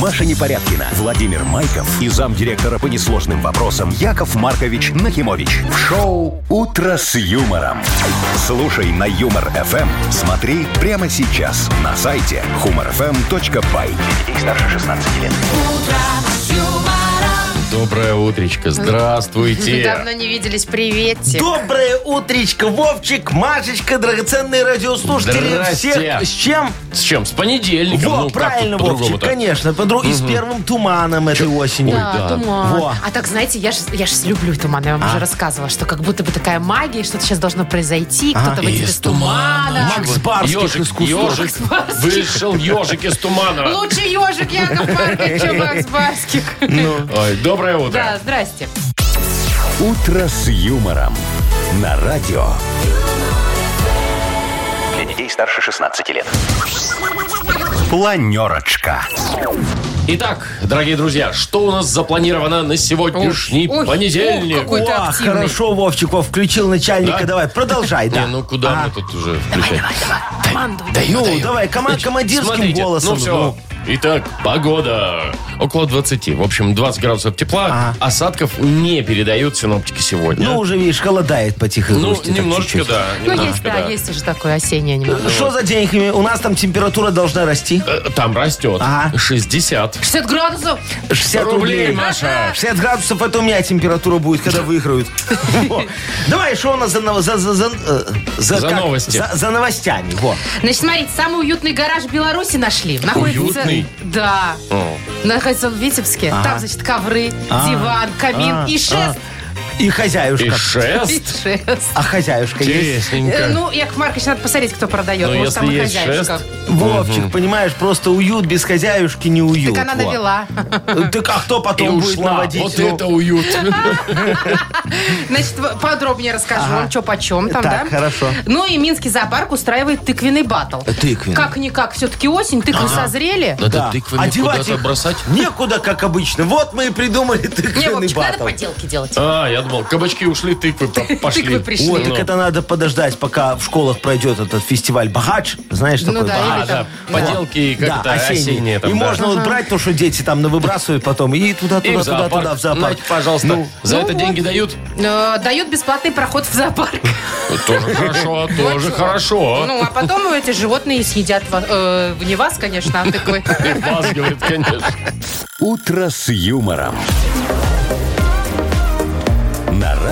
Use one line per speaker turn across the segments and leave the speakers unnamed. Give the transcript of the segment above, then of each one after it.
Маша Непорядкина, Владимир Майков и замдиректора по несложным вопросам Яков Маркович Нахимович. В шоу «Утро с юмором». Слушай на «Юмор-ФМ». Смотри прямо сейчас на сайте humorfm.by. Для детей старше 16 лет.
Доброе утречко.
Мы
Здравствуйте.
давно не виделись, приветик.
Доброе утречко, Вовчик, Машечка, драгоценные радиослушатели.
Здрасте.
Всех с чем?
С чем? С понедельника. Ну,
Во, правильно, Вовчик, конечно. подруг- И с первым туманом этой осенью.
Да, туман.
Во.
А так, знаете, я же я ж люблю туман. Я вам уже рассказывала, что как будто бы такая магия, что-то сейчас должно произойти, кто-то выйдет из тумана.
Макс Барских из
Ежик,
кустов.
ежик.
Барских. Ну,
Вышел ежик из тумана.
Лучше ежик Яков Маркович, чем Макс Барских.
Ну.
Ой, доброе
Да,
утро.
здрасте.
«Утро с юмором» на радио. Для детей старше 16 лет. Планерочка.
Итак, дорогие друзья, что у нас запланировано на сегодняшний
Ой, ой,
понедельник?
ой, какой ты
О,
активный.
хорошо, Вовчик, Вов, включил начальника.
Да?
Давай, продолжай,
Не,
да.
ну куда мы тут уже включать?
Ну, А. давай, коман- командирским
Смотрите,
голосом.
Ну все. Итак, погода. Около 20. В общем, 20 градусов тепла.
Ага.
Осадков не передают синоптики сегодня.
Ну, уже, видишь, холодает по тихой
Ну,
грусти, так
немножечко,
чуть-чуть.
да.
Ну, есть,
немножечко,
да,
да.
есть уже такое осеннее немного.
Что за деньгами? У нас там температура должна расти.
Э, Там растет.
Ага.
60.
60 градусов?
60
Рублей,
рублей.
Маша.
60 градусов, это у меня температура будет, когда выиграют. Во. Давай, что у нас за нов- за- за- за- э,
За
как-
новости.
За за новостями, вот.
Значит, смотрите, самый уютный гараж Беларуси нашли. Находится...
Уютный?
Да.
Ну,
О.
Находится он в Витебске. Там, значит, ковры, диван, камин
а,
и шест.
И
а. И
хозяюшка.
И
шест.
шест.
А хозяюшка есть?
Э,
Интересненько.
Ну, Яков Маркович, надо посмотреть, кто продает.
Ну,
Может,
если
там и
есть
хозяюшка.
шест.
Вовчик, понимаешь, просто уют без хозяюшки не уют.
Так она
Во.
довела.
Так а кто
И
потом будет
ушла.
наводить?
Вот
Ну,
это уют.
Значит, в- подробнее расскажу вам, что почем там,
Так,
да?
хорошо.
Ну и Минский зоопарк устраивает тыквенный батл.
Тыквенный.
Как-никак, все-таки осень, тыквы созрели.
Надо
да.
тыквенник
Одевать
куда-то
их
бросать.
Некуда, как обычно. Вот мы и придумали
Не,
тыквенный
Вовчик, надо
батл.
поделки делать.
А, я думал, кабачки ушли, тыквы про- пошли.
Тыквы пришли.
О,
Ну.
так это надо подождать, пока в школах пройдет этот фестиваль «Богач». Знаешь,
Ну
такой
да,
«Богач».
или
А, да, поделки
Да,
как-то
осенние.
осенние. там,
и
да.
можно вот брать то, что дети там навыбрасывают потом, и туда,
И
туда,
в
туда,
зоопарк.
туда, в зоопарк.
Нате, пожалуйста. За
ну
это
вот.
деньги дают?
Э, Дают бесплатный проход в зоопарк.
Тоже хорошо, тоже хорошо.
Ну, а потом эти животные съедят ва- э, не вас, конечно, а тыквы.
Вас, говорит, конечно.
«Утро с юмором». На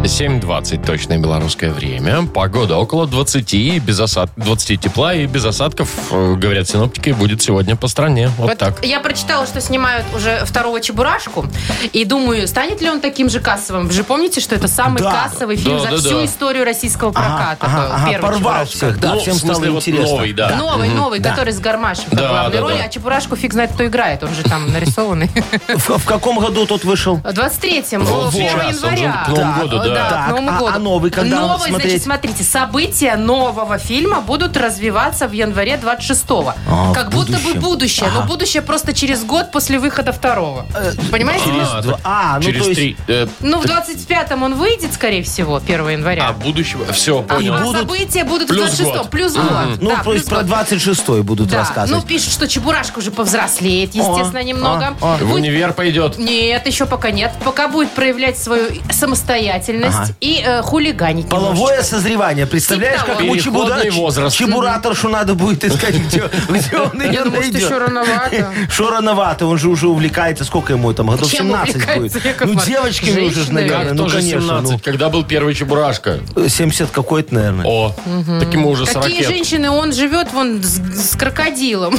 7.20 точное белорусское время. Погода около 20, и без осад... 20 тепла и без осадков, э, говорят синоптики, будет сегодня по стране. Вот,
Вот
так.
Я прочитала, что снимают уже второго Чебурашку. И думаю, станет ли он таким же кассовым? Вы же помните, что это самый
Да.
кассовый фильм
Да,
за
да,
всю
да.
историю российского
Ага,
проката.
ага,
был,
ага,
первый
порвал
Чебурашка.
всех, да,
Ну,
всем
в смысле,
стало
вот
интересно.
новый, да.
Новый, новый, который с Гармашем в
Да,
главной
да,
роли,
да.
а Чебурашку фиг знает, кто играет, он же там нарисованный.
В, в каком году тот вышел?
В 23-м,
Вот
в 1
сейчас, он же
января.
к Новому
Так,
году, да.
Да,
Так,
к Новому
а-
году.
а новый когда надо
Новый, значит,
смотреть?
смотрите, события нового фильма будут развиваться в январе 26-го.
А, в
как будто бы
будущем.
будущее. Но будущее просто через год после выхода второго.
Э,
Понимаете?
А,
два-
так
а, ну,
через
то есть-
три. э,
Ну, в 25-м он выйдет, скорее всего, 1 января.
а будущего... Все,
А,
понял.
а
будут-
события будут
плюс
в 26-м.
год.
Плюс год.
Ну,
да,
то есть
плюс
про
год.
26 будут
Да.
рассказывать. а,
Ну, пишут, что Чебурашка уже повзрослеет, естественно, немного.
В
Будет
универ пойдет.
Нет, еще пока нет. Пока будет проявлять свою самостоятельность
Ага.
и э, хулиганить.
Половое
немножечко.
созревание. Представляешь,
Типа
как
того.
у чебуда...
Переходный возраст.
чебураторшу надо будет искать, где, где он ее
Может, еще
найдет.
рановато.
Шо рановато, он же уже увлекается. Сколько ему там? Годов
Чем
17 будет.
увлекается, Яков
Ну,
Маркович?
девочками уже, ж,
Женщины?
наверное.
Как
Ну,
тоже
конечно.
17,
ну,
когда был первый Чебурашка?
70 какой-то, наверное.
О, так ему уже 40
Какие женщины? Он живет вон с, с крокодилом.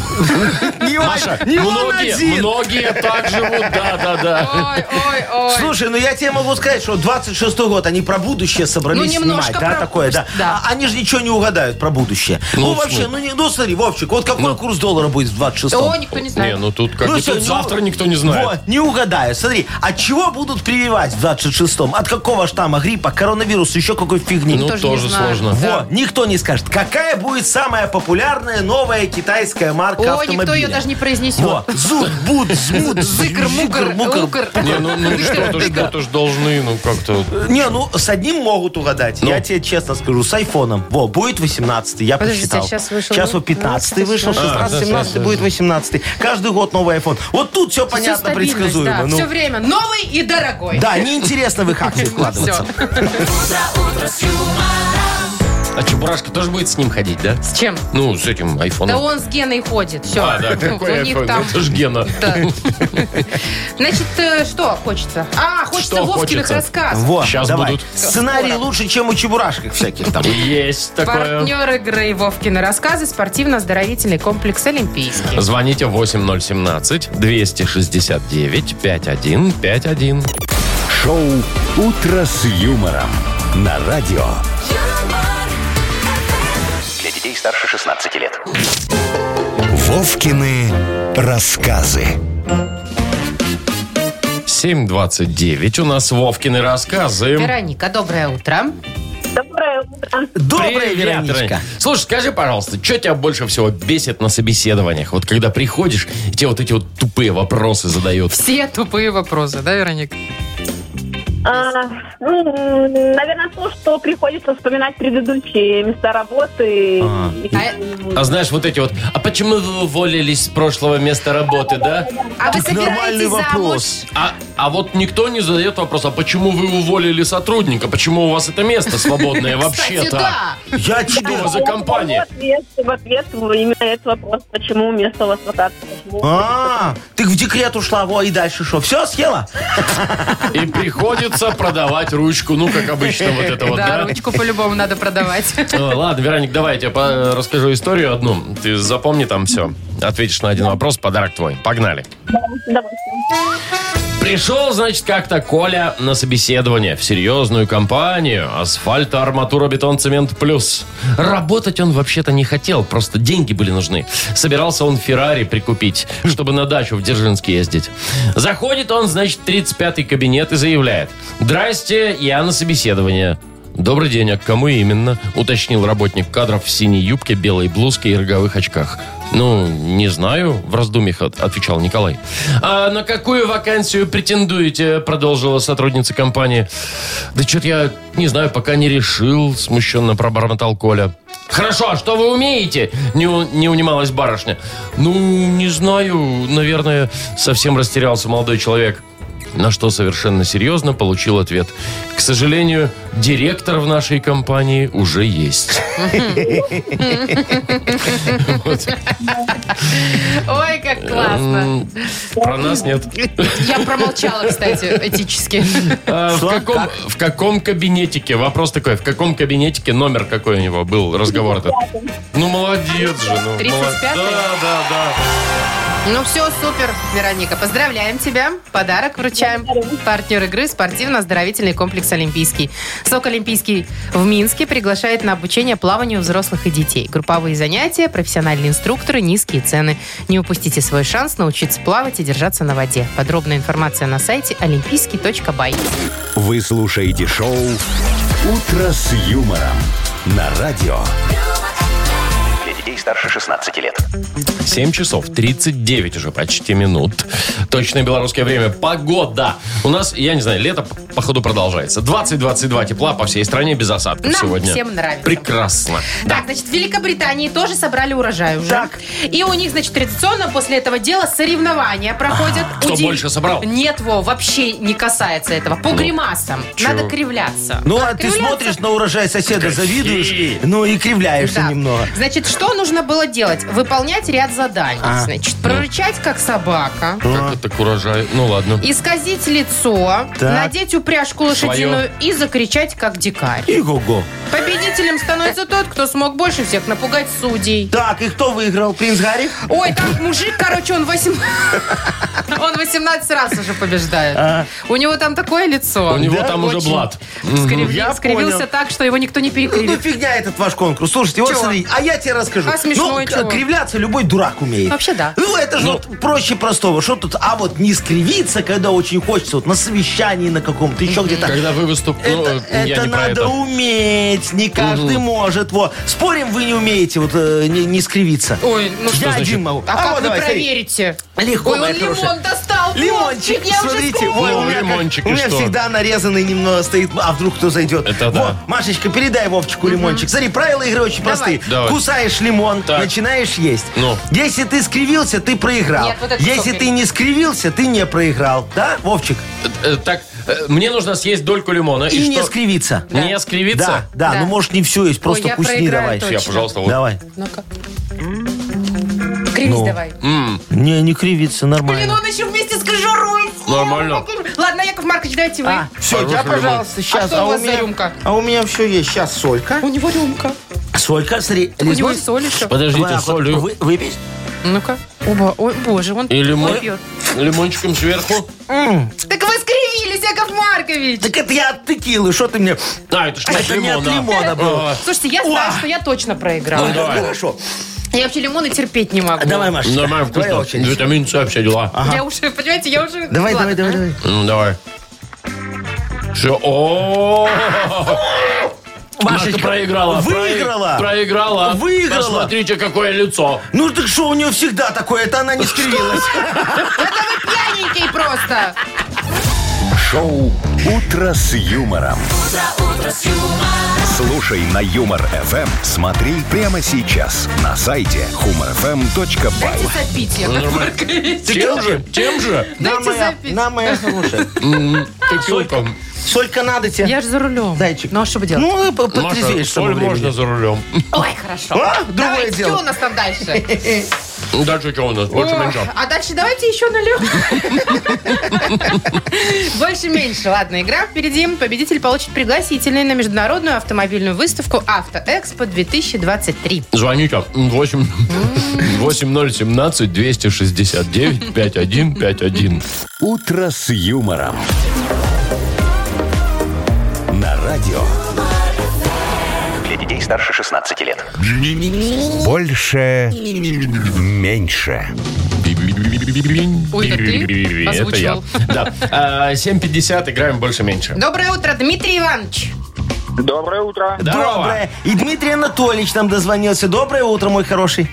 Не он-
Маша,
не он
многие,
один.
многие так живут, да-да-да.
Ой, ой, ой.
Слушай, ну я тебе могу сказать, что 26-й год они про будущее собрались
Ну, немножко
снимать, да,
про-
такое, да.
да.
А они же ничего не угадают про будущее.
Ну,
Ну,
в
вообще,
смысле?
ну, не, ну смотри, Вовчик, вот какой курс доллара будет в 26-м?
О, никто не
Не,
знает.
ну тут как бы
всё,
тут
не
завтра
у-
никто не знает.
Вот, не угадаю. Смотри, от чего будут прививать в 26-м? От какого штамма гриппа, коронавируса, еще какой фигни?
Ну
тоже не
тоже
знаю.
сложно.
Во, никто не скажет, какая будет самая популярная новая китайская марка
О,
автомобиля.
никто ее даже не произнесет.
Во, зуд, буд, змут,
Зыкр, мукр,
мукр.
укр.
Не, ну, ну что-то ж, что-то ж должны, ну как-то.
Не Не, ну с одним могут угадать.
Ну.
Я тебе честно скажу, с айфоном. Во, будет 18 я
Подождите,
посчитал.
а щас вышел
Сейчас вот
15,
15 вышел,
а,
16,
да,
17
да,
будет 18 Каждый год новый айфон. Вот тут все понятно,
стабильность,
предсказуемо.
да.
Ну,
Все время новый и дорогой.
Да, неинтересно в их акции вкладываться.
Всё.
А Чебурашка тоже будет с ним ходить, да?
С чем?
Ну, с этим
Да
айфоном.
он с Геной ходит. Все.
А, да, какой
У них
iPhone?
там...
Ну, это ж Гена.
Да. Значит, э, что хочется? А, хочется
Что
Вовкиных
хочется?
рассказов.
Вот,
Щас
давай.
будут.
Сценарий лучше, чем у чебурашек всяких там.
Есть такое.
Партнер игры Вовкины рассказы спортивно-оздоровительный комплекс Олимпийский.
Звоните 8017-269-5151.
Шоу «Утро с юмором» на радио.
Для детей старше 16 лет.
Вовкины рассказы.
7.29 у нас Вовкины рассказы.
Вероника, доброе утро.
Доброе утро.
Доброе,
Привет,
Вероничка.
Рань. Слушай, скажи, пожалуйста, что тебя больше всего бесит на собеседованиях? Вот когда приходишь, и тебе вот эти вот тупые вопросы задают.
Все тупые вопросы, да, Вероника?
А, ну, м, наверное, то, что приходится вспоминать предыдущие места работы.
А.
И-
А знаешь, вот эти вот, а почему вы уволились с прошлого места работы, да?
А вы
Так нормальный
собираетесь замуж?
вопрос.
А, а вот никто не задает вопрос, а почему вы уволили сотрудника? Почему у вас это место свободное
Кстати,
вообще-то?
да.
Я тебе...
Что за А компания?
В ответ, в ответ именно этот вопрос, почему место у вас вакансия. почему-
А, ты в декрет ушла, во, и дальше что? Все съела?
И приходится продавать ручку, ну, как обычно, вот это вот,
Да,
да?
ручку по-любому надо продавать.
Э, Ладно, Вероник, давай я тебе по- э, расскажу историю одну. Ты запомни там все. Ответишь на один вопрос, подарок твой. Погнали.
Давайте.
Пришел, значит, как-то Коля на собеседование в серьезную компанию. Асфальт, арматура, бетон, цемент плюс. Работать он вообще-то не хотел, просто деньги были нужны. Собирался он Феррари прикупить, чтобы на дачу в Дзержинск ездить. Заходит он, значит, в 35-й кабинет и заявляет. «Здрасте, я на собеседование». «Добрый день, а к кому именно?» – уточнил работник кадров в синей юбке, белой блузке и роговых очках. «Ну, не знаю», – в раздумьях от- отвечал Николай. «А на какую вакансию претендуете?» – продолжила сотрудница компании. «Да что-то я не знаю, пока не решил», – смущенно пробормотал Коля. «Хорошо, а что вы умеете?» – не, у- не унималась барышня. «Ну, не знаю, наверное, совсем растерялся молодой человек». На что совершенно серьезно получил ответ. К сожалению, директор в нашей компании уже есть.
Ой, как классно.
М, Про нас нет.
Я промолчала, кстати, этически.
А, В
Что?
каком, в каком кабинетике? Вопрос такой. В каком кабинетике номер какой у него был разговор этот? Ну, молодец же. ну, молод-
35-й?
Да, да, да.
Ну все, супер, Вероника. Поздравляем тебя. Подарок вручаем. Партнер игры спортивно-оздоровительный комплекс «Олимпийский». СОК «Олимпийский» в Минске приглашает на обучение плаванию взрослых и детей. Групповые занятия, профессиональные инструкторы, низкие цены. Не упустите свой шанс научиться плавать и держаться на воде. Подробная информация на сайте олимпийский.бай.
Вы слушаете шоу «Утро с юмором» на радио.
Для детей старше 16 лет.
7 часов 39 уже почти минут. Точное белорусское время. Погода. У нас, я не знаю, лето, походу, продолжается. 20-22 тепла по всей стране без осадков
Нам
сегодня.
всем нравится.
Прекрасно.
Так, значит, в Великобритании тоже собрали урожай уже.
Так.
И у них, значит, традиционно после этого дела соревнования проходят.
А,
Кто
Удив-
больше собрал?
Нет, Вов, вообще не касается этого. По гримасам.
чё?
Надо кривляться.
Ну, а ты
Кривляться?
смотришь на урожай соседа, завидуешь, ну и кривляешься
Да.
немного.
Значит, что нужно было делать? Выполнять ряд заданий.
А.
Значит, прорычать как собака,
Как это так урожай? Ну ладно.
исказить лицо,
Так.
надеть упряжку лошадиную и закричать как дикарь.
И го-го.
Победителем становится тот, кто смог больше всех напугать судей.
Так, и кто выиграл? Принц Гарри?
Ой, там мужик, короче, он 8... Он 18 раз уже побеждает. У него там такое лицо.
А. У него
да,
там уже
очень.
блат.
Скривил-
Я
скривился
понял.
так, что его никто не
Ну,
перекривил.
фигня этот ваш конкурс. Слушайте, вот
Чего?
смотри, а я тебе расскажу.
А смешно
ну,
чего?
к- кривляться любой дурак умеет.
Вообще да.
Ну, это же вот проще простого. Что тут? А вот не скривиться, когда очень хочется, вот на совещании на каком-то, еще где-то.
Когда вы выступ... ну,
Это,
я
это
не про
надо
это.
уметь, не каждый может. Вот. Спорим, вы не умеете вот, э, не, не скривиться.
Ой, ну
я
что?
значит?
один могу.
А как
вот
вы
давай, смотри.
проверите?
Легко,
Ой, он
моя хорошая.
лимон достал Лимончик,
Лимончик,
я уже
смотрите,
скучаю.
вот у меня, как-
лимончик, и
у меня
что?
всегда нарезанный немного стоит, а вдруг кто зайдет.
Это
вот,
да.
Машечка, передай Вовчику лимончик. Смотри, правила игры очень
Давай.
простые.
Давай.
Кусаешь лимон,
Так.
начинаешь есть.
Ну.
Если ты скривился, ты проиграл.
Нет, вот этот
Если
сок
ты не скривился, ты не проиграл. Да, Вовчик?
Э, э, Так, э, мне нужно съесть дольку лимона.
И, не
что?
скривиться.
Не скривиться?
Да, да,
Да.
ну может не всю есть, просто
я
кусни
проиграю
давай.
точно.
Я, пожалуйста, вот.
Давай.
Ну-ка.
Ну,
Кривись давай.
Не, не кривиться,
Блин,
нормально.
он еще вместе с кожурой. съел. Ну,
Нормально.
Ладно, Яков Маркович, давайте вы.
Все,
Хороший
А, я,
лимон.
пожалуйста,
А
сейчас.
что у вас за рюмка?
а у меня все есть. Сейчас солька.
У него рюмка.
Солька, смотри.
У него и соль еще.
Подождите,
Ладно,
соль
вы- выпей.
Ну-ка. Оба. Ой, боже, он
И лимон.
Ой, пьет.
лимончиком сверху.
Так вы скривились, Яков Маркович.
Так это я от текилы, что ты мне...
А, это ж не от
Это не от
лимона.
лимона было.
А,
Слушайте, я знаю, что я точно проиграла.
давай.
Хорошо.
Я вообще лимоны терпеть не могу.
Ну, Давай, Маша.
Нормально, вкусно. Витамин С, все дела.
Я уже, понимаете, я уже...
Давай,
Ладно,
давай, давай, давай.
Ну, давай. Все. О, Машка проиграла.
Выиграла.
Прои- Проиграла.
Выиграла.
Посмотрите, какое лицо.
Ну так что у нее всегда такое? Это она не скривилась.
а? Это вы пьяненький просто.
Шоу «Утро с юмором». Слушай на Юмор ФМ, смотри прямо сейчас на сайте Эм humorfm.by.
Дайте запить,
Ну.
Яков Маркович.
Тем же, тем же.
На
Дайте
моя,
запить.
на моя хорошая.
Текилком.
Солька надо тебе.
Я же за рулем.
Зайчик.
Ну, а что бы делать?
Ну, по-
Маша,
потрезвеешь с
соль
тобой
можно
времени.
за рулем.
Ой, хорошо.
А, другое
Давайте,
дело.
что у нас там дальше?
Дальше что у нас? Больше
Ох,
меньше.
А дальше давайте еще нальем. Больше-меньше. Ладно, игра впереди. Победитель получит пригласительный на международную автомобильную выставку «Автоэкспо-2023».
Звоните 8 8017 269 5151.
«Утро с юмором». На радио
Для детей старше 16 лет.
«Больше, меньше».
Ой, это ты
Это я.
озвучивал.
Да. А, 7.50, играем больше-меньше.
Доброе утро, Дмитрий Иванович.
Доброе утро.
Здорово.
Доброе. И Дмитрий Анатольевич нам дозвонился. Доброе утро, мой хороший.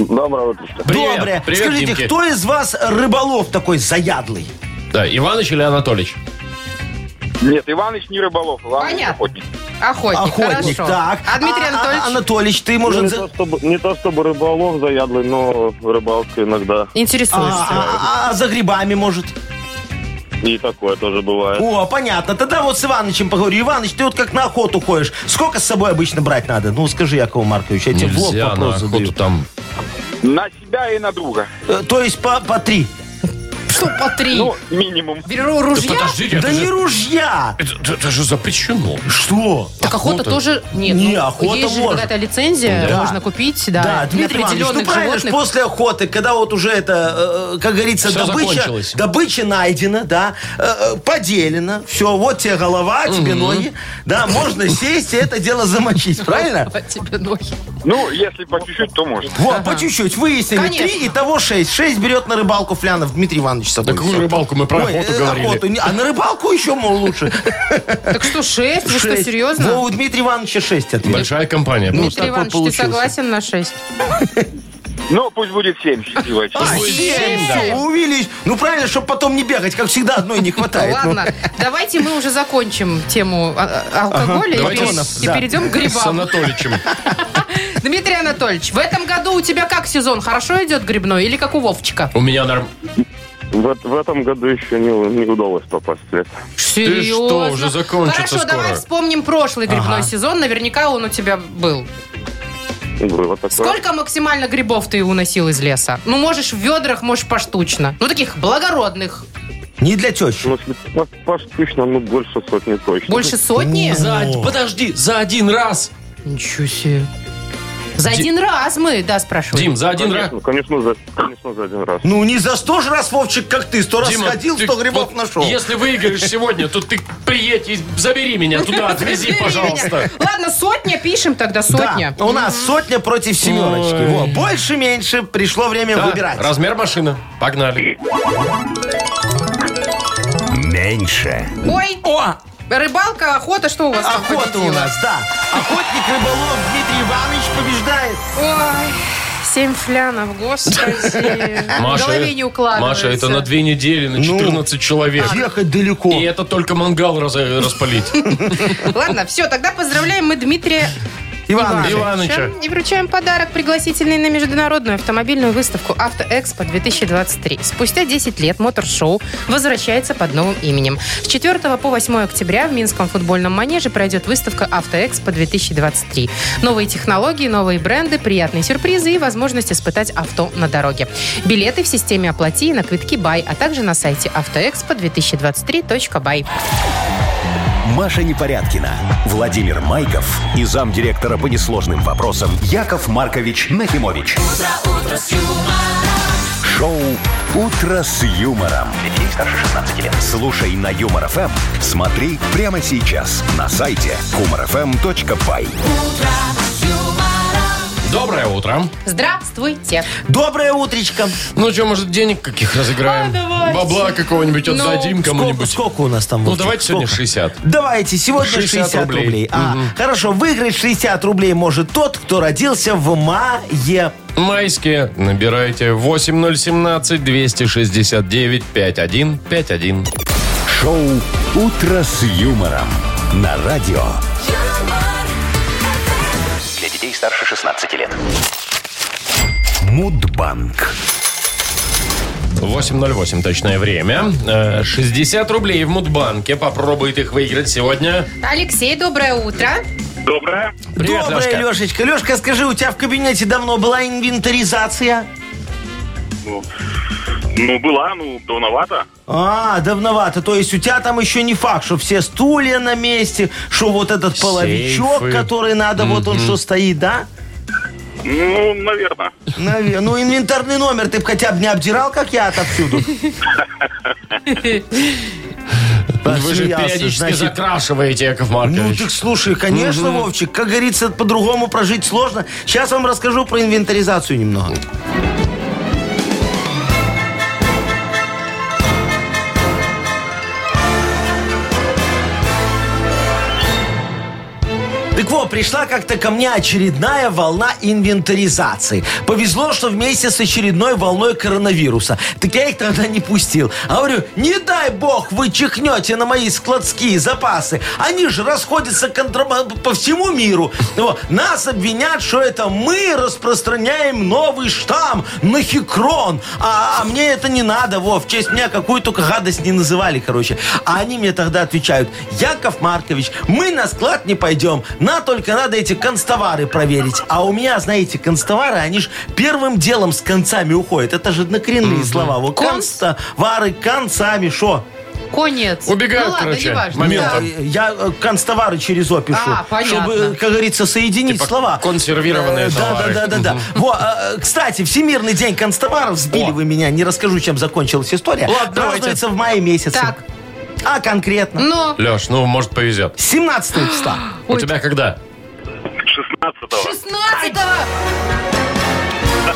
Доброе утро.
Привет.
Доброе.
Привет,
Скажите,
Димки.
кто из вас рыболов такой заядлый?
Да, Иваныч или Анатолич?
Нет, Иваныч не рыболов, Иваныч
Понятно.
охотник.
Охотник,
Охотник,
хорошо.
так.
А Дмитрий Анатольевич?
А- а- Анатольевич, ты,
Ну,
может...
не,
за-
то, чтобы, не то чтобы рыболов заядлый, но рыбалка иногда.
Интересуешься.
А, а- а за грибами, может?
И такое тоже бывает.
О, понятно. Тогда вот с Иванычем поговорю. Иваныч, ты вот как на охоту ходишь. Сколько с собой обычно брать надо? Ну, скажи, Якову Маркович, я тебе в лоб
Нельзя на
вопрос задаю.
охоту там.
На себя и на друга.
Э, То есть по, по три. а.
Что по три?
Ну, минимум.
Беру ружья?
Подождите,
да
это
не
же-
ружья!
это- это это же запрещено.
Что?
Так охота тоже... Нет,
Не,
ну,
охота
Есть же
может.
какая-то лицензия,
Да.
можно купить, да.
Да,
на
Дмитрий Иванович, ну
определенных
правильно, ж,
животных.
после охоты, когда вот уже это, э, как говорится,
Всё
добыча,
закончилось.
добыча найдена, да, э, э, поделена, все, вот тебе голова, тебе ноги, да, можно сесть и это дело замочить, правильно?
Под тебе ноги.
Ну, если по чуть-чуть, то может.
Вот, по чуть-чуть, выяснили,
Конечно.
три, итого шесть. Шесть берет на рыбалку флянов Дмитрий Иванович с собой.
Да какую
Всё.
рыбалку мы про
Ой,
охоту
э, охоту
говорили?
не- А на рыбалку еще, мол, лучше.
Так что, шесть? Вы что,
Шесть.
серьезно?
Во, у Дмитрия Ивановича шесть ответ.
Большая компания.
Ну,
Дмитрий
такой
Иванович,
получился.
ты согласен на 6?
Ну, пусть будет 7 счастливой.
А, семь, всё, увеличь. Ну, правильно, чтобы потом не бегать, как всегда, одной не хватает. ну.
Ладно, давайте мы уже закончим тему а, а, алкоголя и,
давайте
пере-
с-
и
да.
перейдем к
С
грибам.
Анатоличем.
Дмитрий Анатольевич, в этом году у тебя как сезон? Хорошо идет грибной или как у Вовчика?
У меня норм...
В, в этом году еще не, не удалось попасть в лес.
Ты что, уже закончится
Хорошо, давай
скоро.
вспомним прошлый грибной сезон. Наверняка он у тебя был.
Было такое.
Сколько максимально грибов ты уносил из леса? Ну, можешь в ведрах, можешь поштучно. Ну, таких благородных.
Не для тещи.
Ну, если по- поштучно, ну, больше сотни точно.
Больше сотни?
За од- Подожди, за один раз.
Ничего себе. За
Ди-
один раз мы, да, спрашиваем.
Дим, за один раз.
Ну, Конечно, конечно, за, конечно, за один раз.
Ну, не за сто же раз, Вовчик, как ты. Сто раз
Дима,
сходил,
ты
сто грибов
вот
нашел.
Если выиграешь сегодня, то ты приедь и забери меня туда, отвези,
Извини
пожалуйста.
меня. Ладно, сотня, пишем тогда сотня.
Да, у нас сотня против семерочки.
Ой.
Во, больше-меньше пришло время
Да,
выбирать.
Размер машины. Погнали.
Меньше.
Ой,
О,
рыбалка, охота, что у вас там
охота у
победила?
нас, да. Охотник-рыболов Дмитрий Иванович побеждает.
Ой, Семь флянов, господи. В голове не укладывается.
Маша, это на две недели, на 14 человек.
Ехать далеко.
И это только мангал раз- э, распалить.
Ладно, все, тогда поздравляем мы Дмитрия
Иванович.
Иваныча.
Ивановича. И вручаем подарок пригласительный на международную автомобильную выставку «Автоэкспо-2023». Спустя 10 лет мотор-шоу возвращается под новым именем. С 4 по 8 октября в Минском футбольном манеже пройдет выставка «Автоэкспо-2023». Новые технологии, новые бренды, приятные сюрпризы и возможность испытать авто на дороге. Билеты в системе «Оплати» и на квитки «Бай», а также на сайте автоэкспо2023.бай.
Маша Непорядкина, Владимир Майков и замдиректора по несложным вопросам Яков Маркович Нахимович. Шоу Утро с юмором. Детей старше 16 лет. Слушай на юмор ФМ. Смотри прямо сейчас на сайте humorfm.by.
Доброе утро.
Здравствуйте!
Доброе утречко.
Ну что, может, денег каких разыграем?
А, давайте.
Бабла какого-нибудь
Ну,
отдадим
Сколько,
кому-нибудь.
сколько у нас там?
Ну,
Вовчик,
давайте сегодня
сколько?
60.
Давайте, сегодня
60
60,
рублей.
рублей. А, Хорошо, выиграть 60 рублей может тот, кто родился в мае.
Майские набирайте 8017-269-5151.
Шоу Утро с юмором на радио.
Для детей старше 16 лет.
Мудбанк.
8.08 точное время. Э, 60 рублей в Мудбанке. Попробует их выиграть сегодня.
Алексей, доброе утро!
Доброе.
Привет,
Доброе,
Лешка.
Лешечка. Лешка, скажи, у тебя в кабинете давно была инвентаризация?
Ну, ну, была, ну, давновато.
А, давновато. То есть у тебя там еще не факт, что все стулья на месте, что вот этот половичок,
Сейфы.
который надо, вот он что стоит, да?
Ну, наверное.
Навер- Ну, инвентарный номер ты бы хотя бы не обдирал, как я отовсюду.
Ну, Вы же
Посмеялся,
периодически
значит.
закрашиваете, Яков
Ну,
Маркович.
так слушай, конечно, Вовчик, как говорится, по-другому прожить сложно. Сейчас вам расскажу про инвентаризацию немного. Так вот, пришла как-то ко мне очередная волна инвентаризации. Повезло, что вместе с очередной волной коронавируса. Так я их тогда не пустил. А говорю, не дай бог вы чихнете на мои складские запасы. Они же расходятся контраба- по всему миру. Вот. Нас обвинят, что это мы распространяем новый штамм, нахикрон. А, а мне это не надо, во, в честь меня какую только гадость не называли, короче. А они мне тогда отвечают, Яков Маркович, мы на склад не пойдем, на только надо эти констовары проверить. А у меня, знаете, констовары, они же первым делом с концами уходят. Это же однокоренные слова. Вот
Конс?
констовары концами, шо?
Конец.
Убегают,
ну, ладно,
короче,
неважно.
момент.
Я,
Моментом.
я э, констовары через О пишу,
А, понятно.
чтобы, э, как говорится, соединить
Типа
слова.
консервированные
Э, да,
товары.
да, да, да, да. Во, э, э, кстати, Всемирный день констоваров сбили
О.
вы меня. Не расскажу, чем закончилась история.
Ладно, давайте.
Празднуется в мае месяце.
Так.
А конкретно?
Но
Леш, ну, может, повезет.
17 числа.
У тебя когда?
16-го.
16-го!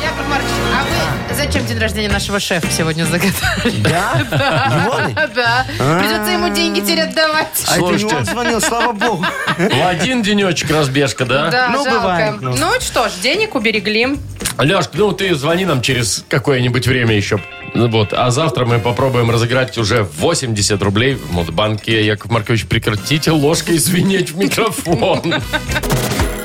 Яков Маркович, а вы зачем день рождения нашего шефа сегодня загадали?
Да? Егоны?
Да. Придется ему деньги теперь отдавать.
А это не
Слушайте.
он звонил, слава богу.
В один денечек разбежка, да?
Да,
ну, бывает,
жалко.
ну.
Ну что ж, денег уберегли.
Леш, ну ты звони нам через какое-нибудь время еще. Ну Вот. А завтра мы попробуем разыграть уже 80 рублей в Мудбанке. Яков Маркович, прекратите ложкой звенеть в микрофон.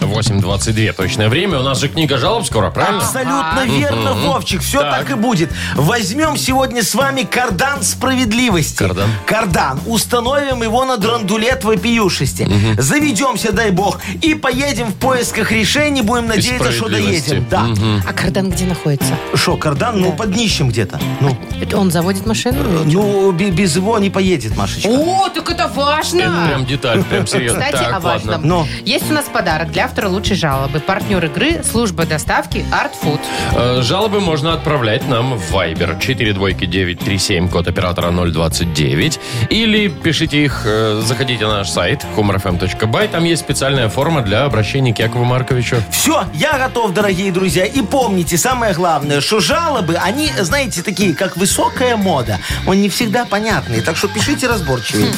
8.22 точное время. У нас же книга жалоб скоро, правильно?
Абсолютно верно, Вовчик. Все
Так.
так и будет. Возьмем сегодня с вами кардан справедливости.
Кардан?
Кардан. Установим его на драндулет вопиюшести. Заведемся, дай бог, и поедем в поисках решений. Будем надеяться, что
справедливости.
доедем. Да.
А кардан где находится?
Что, кардан? Ну, под днищем где-то. Ну,
Он заводит машину?
ну, бе- без его не поедет, Машечка.
О, так это важно!
Это прям деталь, прям серьезно.
Кстати,
Так,
о важном.
ладно.
Ну.
Есть у нас подарок для автора рассмотр лучшей жалобы. Партнер игры, служба доставки Art Food.
Э, Жалобы можно отправлять нам в Viber 42937, код оператора 029. Или пишите их, э, заходите на наш сайт humorfm.by. Там есть специальная форма для обращения к Якову Марковичу.
Все, я готов, дорогие друзья. И помните, самое главное, что жалобы, они, знаете, такие, как высокая мода. Он не всегда понятный, так что пишите разборчивее.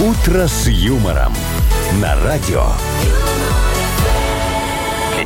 «Утро с юмором» на радио.
Для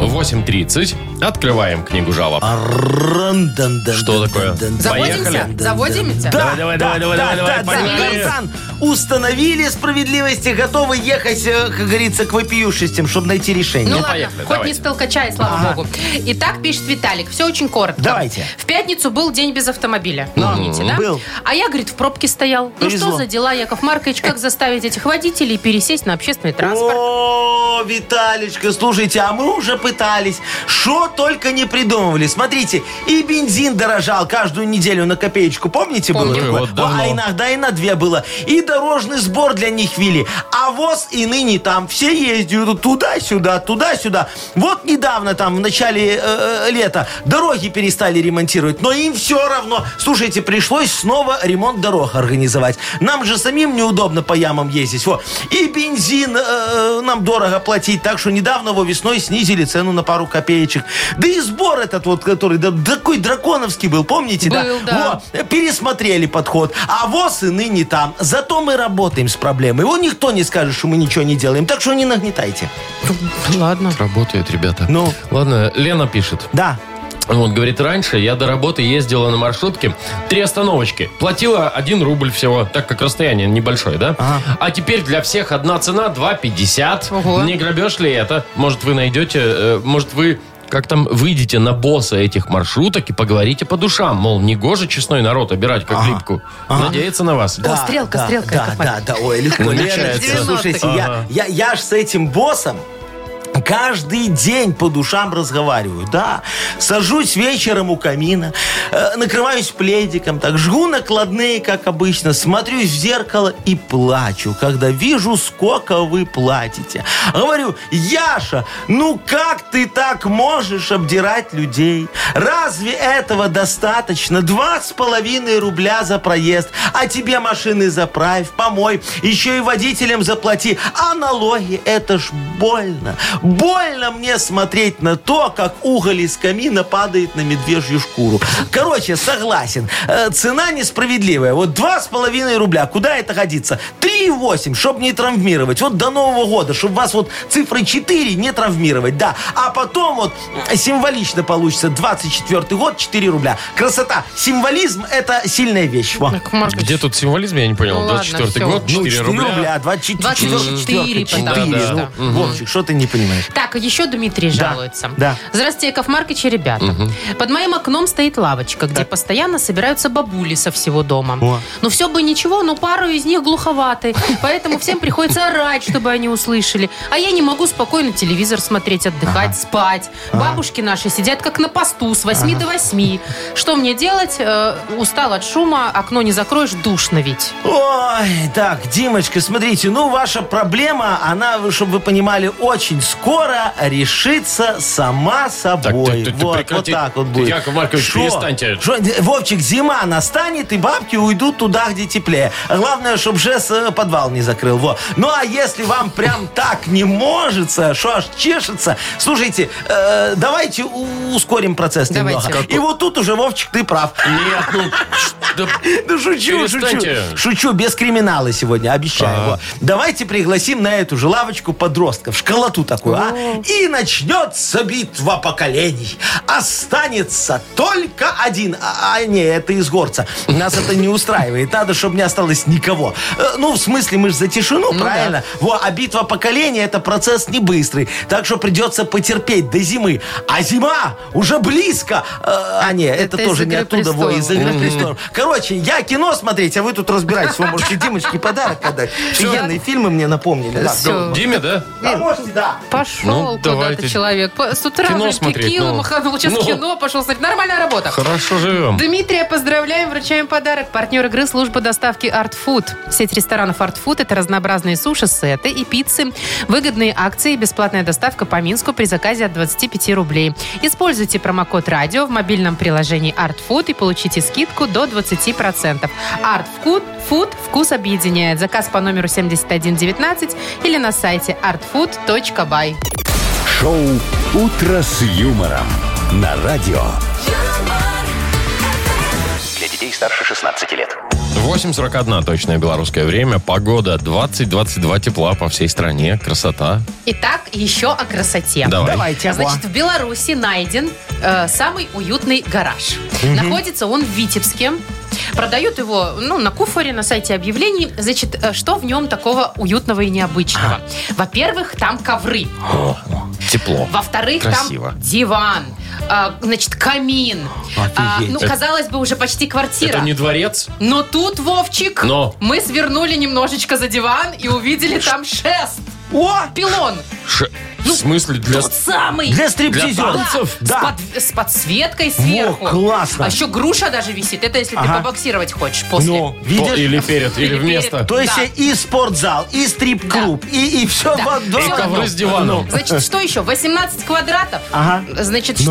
8.30. Открываем книгу жалоб. Что такое?
Заводимся?
Поехали.
Заводимся?
Да,
Давай, давай,
да,
давай,
да,
давай,
да,
давай,
да,
поехали.
Казан. Установили справедливость и готовы ехать, э, как говорится, к вопиюшестям, чтобы найти решение.
Ну,
Ну,
ладно,
поехали,
хоть
давайте.
не с толкача, и слава богу. Итак, пишет Виталик, все очень коротко.
Давайте.
В пятницу был день без автомобиля, помните, да?
был.
А я, говорит, в пробке стоял. Ну
Повезло.
что за дела, Яков Маркович, как заставить этих водителей пересесть на общественный транспорт?
О, Виталечка, слушайте, а мы уже пытались. Что только не придумывали. Смотрите, и бензин дорожал каждую неделю на копеечку. Помните,
Помню.
было?
Ой,
такое?
вот давно.
а иногда и на две было. И дорожный сбор для них вели. А ВОЗ и ныне там. Все ездят туда-сюда, туда-сюда. Вот недавно там, в начале э, э, лета, дороги перестали ремонтировать. Но им все равно. Слушайте, пришлось снова ремонт дорог организовать. Нам же самим неудобно по ямам ездить. Во. И бензин э, нам дорого платить. Так что недавно его весной снизили цену на пару копеечек. Да и сбор этот вот, который да, такой драконовский был, помните,
Был, да.
Во, пересмотрели подход. А ВОЗ и ныне там. Зато мы работаем с проблемой. Его никто не скажет, что мы ничего не делаем. Так что не нагнетайте.
Ладно.
Работает, ребята.
Ну.
Ладно, Лена пишет.
Да.
Вот, говорит, раньше я до работы ездила на маршрутке три остановочки. Платила 1 рубль всего, так как расстояние небольшое, да?
Ага.
А теперь для всех одна цена 2,50.
Ого.
Не грабеж ли это? Может, вы найдете, э, может, вы как там выйдете на босса этих маршруток и поговорите по душам. Мол, не гоже честной народ обирать как липку. Надеяться на вас.
да,
стрелка,
да,
стрелка,
Да,
Яков
да, да, ой, легко.
Намечается.
Лена, Слушайте, я, я, я ж с этим боссом Каждый день по душам разговариваю, да. Сажусь вечером у камина, э, накрываюсь пледиком, так жгу накладные, как обычно, смотрюсь в зеркало и плачу, когда вижу, сколько вы платите. Говорю, Яша, ну как ты так можешь обдирать людей? Разве этого достаточно? Два с половиной рубля за проезд, а тебе машины заправь, помой, еще и водителям заплати. А налоги, это ж больно. Больно мне смотреть на то, как уголь из камина падает на медвежью шкуру. Короче, согласен, э, цена несправедливая. Вот два с половиной рубля, куда это годится? 3,8, чтобы не травмировать. Вот до Нового года, чтобы вас вот цифры 4 не травмировать, да. А потом вот м, символично получится 24 год 4 рубля. Красота. Символизм – это сильная вещь. Во.
Яков Маркович,
Где тут символизм, я не понял.
Ну ладно,
24
всё.
год, 4
Ну, 4
рубля.
рубля, 24,
24,
4,
потому
что.
ну, Вовчик, что ты не понимаешь?
Так, еще Дмитрий жалуется.
да.
Здравствуйте, Яков Маркович и ребята. Под моим окном стоит лавочка, где постоянно собираются бабули со всего дома.
О.
Ну все бы ничего, но пару из них глуховаты. Поэтому всем приходится орать, чтобы они услышали. А я не могу спокойно телевизор смотреть, отдыхать, спать. Бабушки наши сидят как на посту с 8 до 8. Что мне делать? Э, устал от шума, окно не закроешь, душно ведь.
Ой, так, Димочка, смотрите, ну, ваша проблема, она, чтобы вы понимали, очень скоро решится сама собой.
ты- ты- ты
вот,
прекрати.
вот так вот
Ты,
будет.
Яков Маркович,
Шо?
перестаньте.
Шо, э, Вовчик, зима настанет, и бабки уйдут туда, где теплее. А Главное, чтобы ЖЭС э, подвал не закрыл. Во. Ну, а если вам прям так не можется, что аж чешется, слушайте, э, давайте у- ускорим процесс
Давайте.
немного. И вот тут уже, Вовчик, ты прав.
Нет, ну, ч- да,
Да шучу, шучу.
Перестаньте.
Шучу, без криминала сегодня, обещаю.
Ага.
Во. Давайте пригласим на эту же лавочку подростков, школоту такую, а? И начнется битва поколений. Останется только один. А, а, не, это из горца. Нас это не устраивает. Надо, чтобы не осталось никого. Э, Ну, в смысле, мы же за тишину, правильно? Во, а битва поколений это процесс не быстрый. Так что придется потерпеть до зимы. А зима уже близко. Э, А, не, это,
Это из
тоже не
«Игры
оттуда, во, из
престолов».
«Игры престолов». Короче, я кино смотреть, а вы тут разбираетесь. Вы можете Димочке подарок отдать. Офигенные фильмы мне напомнили. да.
Всё.
Диме, да?
А можете, да.
Пошел.
Ну,
Пошел
давайте.
куда-то человек. По- С утра,
Кино
блин,
смотреть,
текилу
ну.
маханул, сейчас
Ну.
кино пошел смотреть. Нормальная работа.
Хорошо живем.
Дмитрия поздравляем, вручаем подарок. Партнер игры служба доставки Art Food. Сеть ресторанов Art Food это разнообразные суши, сеты и пиццы, выгодные акции и бесплатная доставка по Минску при заказе от 25 рублей. Используйте промокод радио в мобильном приложении Art Food и получите скидку до 20%. Art Food, Food вкус объединяет. Заказ по номеру 7119 или на сайте artfood.by.
Шоу «Утро с юмором» на радио.
Для детей старше 16 лет.
8.41 точное белорусское время. Погода 20-22 тепла по всей стране. Красота.
Итак, еще о красоте.
Давай.
Давайте.
Значит, в Беларуси найден э, самый уютный гараж. Находится он в Витебске. Продают его, ну, на куфоре, на сайте объявлений. Значит, э, что в нем такого уютного и необычного? Во-первых, там ковры.
Тепло.
Во-вторых,
Красиво.
там диван. А, значит, камин. А, ну, казалось бы, уже почти квартира.
Это не дворец?
Но тут, Вовчик,
Но.
мы свернули немножечко за диван и увидели там шест,
О!
пилон.
Ш-
Ну,
В смысле для...
Тот самый.
Для
Для
стриптизера.
танцев?
С,
Да.
под- с подсветкой сверху.
Во, классно.
А еще груша даже висит. Это если ты
Ага.
побоксировать хочешь после.
Ну,
О,
видишь?
Или перед, или
Или
вместо.
перед.
То есть
Да.
и спортзал, и стрип-клуб, и, и все
Да.
в одном.
И ковры с диваном.
Значит, что еще? 18 квадратов.
Ага.
Значит,
А,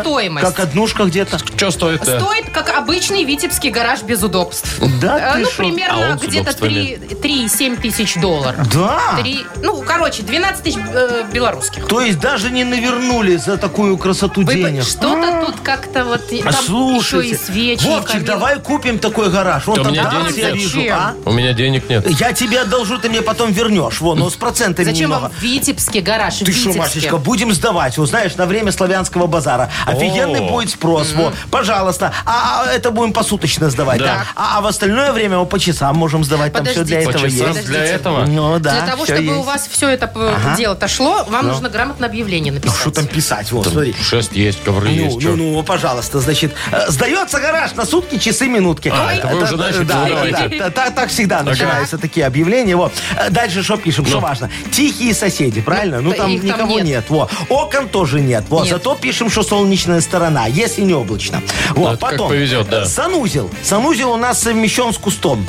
что стоимость?
Как однушка где-то.
Что
А
стоит-то?
Стоит, как обычный витебский гараж без удобств.
Да
Э,
ты
Ну,
шо?
А
примерно
он с
где-то
удобствами.
3-7 тысяч долларов.
Да.
Три- ну, короче, 12 тысяч э, белорусских.
То есть даже не навернули за такую красоту
Вы по-
денег.
Что-то тут как-то вот... и-
А
Там
слушайте,
еще и свечи.
Вовчик,
камин.
давай купим такой гараж. Вон
Да
там
у меня
гараж
денег
я
нет.
вижу,
Зачем?
а?
У меня денег нет.
Я тебе одолжу, ты мне потом вернешь. Вон, ну с процентами
Зачем
немного.
вам витебский гараж? в
Ты что,
Витебске?
Машечка, будем сдавать, узнаешь, на время славянского базара. Офигенный
О.
будет спрос, вот, пожалуйста. А, а это будем посуточно сдавать,
Да.
да. А, а в остальное время мы по часам можем сдавать, там все для
Подождите.
По
этого
часам
есть.
для
Подождите.
этого?
Ну да,
Для того,
всё
чтобы у
есть.
вас все это э, дело-то шло, вам нужно грамотно объявление написать.
А Ну, Что там писать, вот, смотри.
Шест есть, ковры
Ну,
есть.
ну,
чё?
ну, пожалуйста, значит, э, сдается гараж на сутки, часы, минутки.
А, это вы
Э,
уже
да,
начали,
Да,
ну,
да,
давайте.
да, та- так всегда начинаются такие объявления. Вот. Э, Дальше что пишем,
Ну.
что важно? Тихие соседи, правильно? Ну,
да,
там
их там
никого
нет.
нет. Во. Окон тоже нет. Во.
Нет.
Зато пишем, что солнечная сторона, если не облачно.
Ну,
Вот.
это как
Потом.
повезет, да.
э, Санузел. Санузел у нас совмещен с кустом.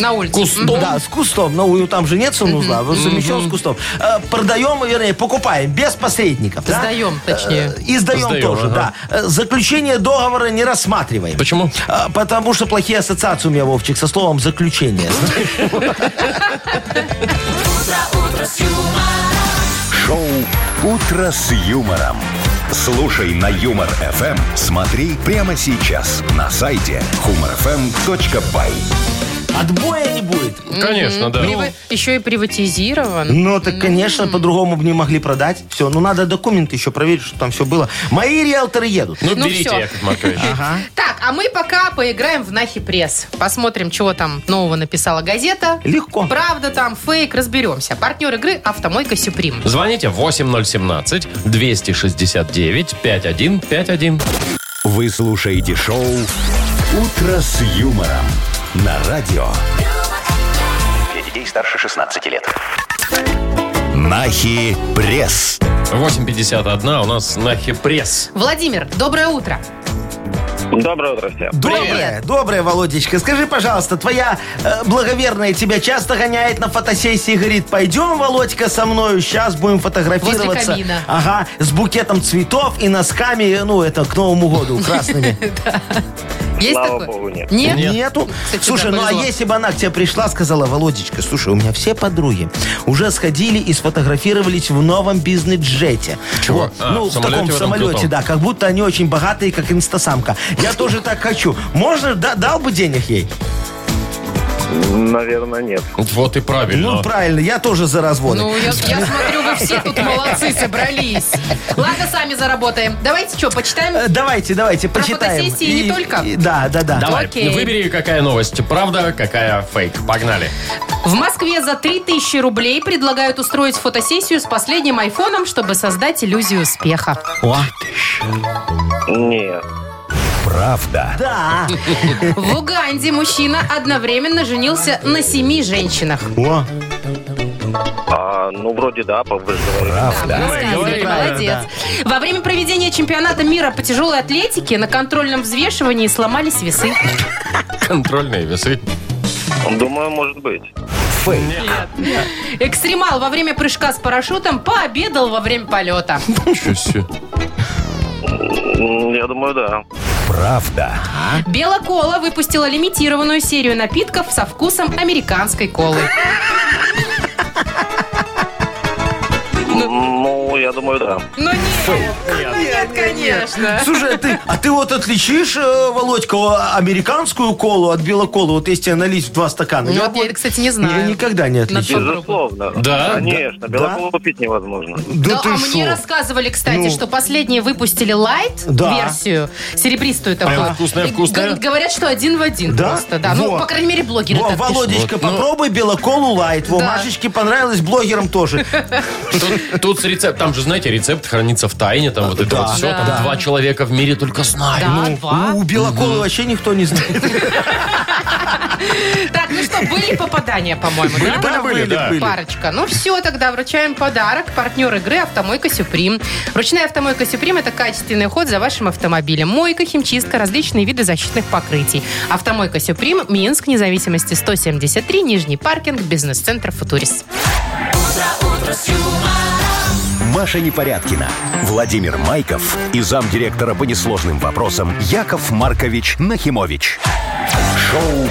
На улице.
Кустом.
Да, с кустом. Ну, и там же нет санузла, а вот совмещен с кустом. Э, Продаем, вернее, покупаем без посредников. да?
Сдаем, точнее.
Э, И сдаем
Сдаем,
тоже,
ага.
да. Э, Заключение договора не рассматриваем.
Почему?
А, Потому что плохие ассоциации у меня, Вовчик, со словом «заключение».
Шоу «Утро с юмором». Слушай на Юмор ФМ. Смотри прямо сейчас на сайте humorfm.by.
Отбоя не будет.
Конечно, да.
Еще и приватизирован.
Ну, так, конечно, по-другому бы не могли продать. Все, ну, надо документы еще проверить, чтобы там все было. Мои риэлторы едут.
Ну,
Ну,
берите,
всё.
Яков Маркович.
Так, а мы пока поиграем в Нахи Пресс. Посмотрим, чего там нового написала газета.
Легко.
Правда там, фейк, разберемся. Партнер игры «Автомойка Сюприм».
Звоните 8017-269-5151.
Вы слушаете шоу «Утро с юмором» на радио.
Для детей старше 16 лет.
Нахи пресс.
8.51 у нас на пресс.
Владимир, доброе утро.
Доброе утро всем.
Доброе, доброе, Володечка. Скажи, пожалуйста, твоя э, благоверная тебя часто гоняет на фотосессии и говорит, пойдем, Володька, со мною, сейчас будем фотографироваться.
Возле камина.
Ага, с букетом цветов и носками, ну, это к Новому году, красными.
Есть
Слава
такое?
богу, нет.
Нет?
Нету.
Кстати,
слушай,
да,
ну а
повезло.
если бы она к тебе пришла, сказала, Володечка, слушай, у меня все подруги уже сходили и сфотографировались в новом бизнес-джете.
Чего?
Вот.
А,
ну,
в
в,
самолете
таком
в этом
самолете,
крутом.
да, как будто они очень богатые, как инстасамка. Я тоже так хочу. Можно, да, дал бы денег ей?
Наверное, нет.
Вот и правильно.
Ну, правильно, я тоже за разводы.
Ну, я, я смотрю, вы все тут молодцы собрались. Ладно, сами заработаем. Давайте что,
Э,
почитаем?
Давайте, давайте,
Про
почитаем.
фотосессии не только?
и- да, да, да.
Давай,
Окей.
выбери, какая новость. Правда, какая фейк. Погнали.
В Москве за 3000 рублей предлагают устроить фотосессию с последним айфоном, чтобы создать иллюзию успеха.
Нет.
Правда.
Да.
В Уганде мужчина одновременно женился на семи женщинах.
О,
А, ну, вроде да, по- вы же говорили.
Да, вы
Мы
рассказывали,
говорим,
молодец. Во время проведения чемпионата мира по тяжелой атлетике на контрольном взвешивании сломались весы.
Контрольные весы.
Думаю, может быть.
Экстремал во время прыжка с парашютом пообедал во время полета.
Ничего себе.
М, Я думаю, да.
Правда.
Белокола выпустила лимитированную серию напитков со вкусом американской колы.
Ну, я думаю, да.
Ну нет, нет, конечно.
Слушай, а ты, а ты вот отличишь, э, Володька, о- американскую колу от белоколы? Вот если тебе налить в два стакана.
Ну,
я
вот я,
вот-
кстати, не
Я
знаю.
никогда не
На
отличил.
Попробуй.
Безусловно.
Да,
Конечно, белоколу купить невозможно.
Да,
Да,
ты
а
шо?
мне рассказывали, кстати,
Ну.
что последние выпустили лайт
Да.
версию серебристую такую.
Прям вкусная,
И
вкусная.
г- говорят, что один в один
Да?
просто. Да. Ну,
Во.
по крайней мере, блогеры
Во,
так пишут.
Володечка,
Вот, ну.
попробуй белоколу лайт. Во,
Да.
Машечке понравилось, блогерам тоже.
Тут, тут с рецепт, там же, знаете, рецепт хранится в тайне, там вот это
Да.
вот все,
Да.
там два человека в мире только знают.
Да,
Ну,
А два.
У белоколы вообще никто не знает.
Так, ну что, были попадания, по-моему, да?
были, были, да.
Парочка. Ну все, тогда вручаем подарок. Партнер игры «Автомойка Сюприм». Ручная «Автомойка Сюприм» — это качественный уход за вашим автомобилем. Мойка, химчистка, различные виды защитных покрытий. «Автомойка Сюприм», Минск, независимости 173, Нижний паркинг, бизнес-центр «Футурис».
Маша Непорядкина, Владимир Майков и замдиректора по несложным вопросам Яков Маркович Нахимович. Шоу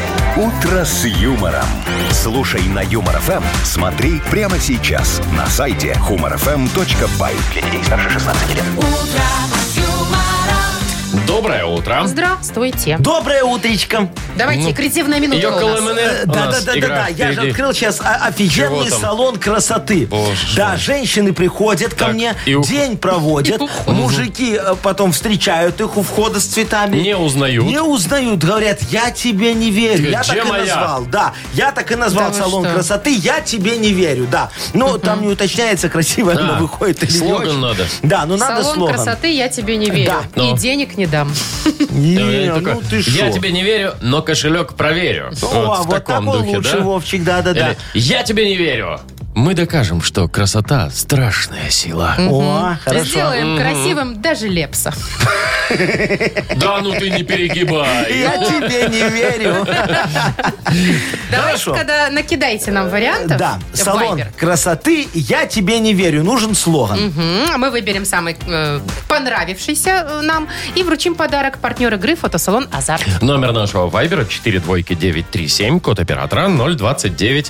«Утро с юмором». Слушай на Юмор ФМ, смотри прямо сейчас на сайте humorfm.by. Для детей старше 16 лет.
Доброе утро.
Здравствуйте.
Доброе утречко.
Давайте,
Ну,
креативная минута у
Йоколэ
нас.
Мене.
Э,
У
Да, да,
нас
да, да,
игра
да. Я же
впереди.
открыл сейчас о- офигенный
Чего там?
салон красоты.
Боже
Да, женщины приходят ко
Так,
мне,
и ух-
день проводят, мужики э, потом встречают их у входа с цветами.
Не узнают.
Не узнают, говорят, я тебе не верю.
Ты
Я
где
так и
моя?
назвал, да. Я так и назвал
Да вы
салон
что?
красоты, я тебе не верю, да. Но там не уточняется, красиво она
А,
выходит или не
слоган
очень.
надо.
Да, ну надо
Салон
слоган.
красоты «Я тебе не верю».
Да.
Ну.
И денег не дам.
Не,
Я такой,
ну ты
я
шо?
тебе не верю, но кошелек проверю.
О,
вот в
вот
таком
такой
духе,
лучше,
да?
Вовчик, да-да-да.
Или Я тебе не верю. Мы докажем, что красота – страшная сила.
О, хорошо.
Сделаем красивым даже Лепса.
Да ну ты не перегибай.
Я тебе не верю.
Давайте
Хорошо.
тогда накидайте нам вариантов. э,
Да,
в
салон
Viber.
красоты «Я тебе не верю». Нужен слоган.
Мгм, а Мы выберем самый э, понравившийся э, нам и вручим подарок партнер игры фотосалон «Азарт».
Номер нашего вайбера 42937, код оператора 029.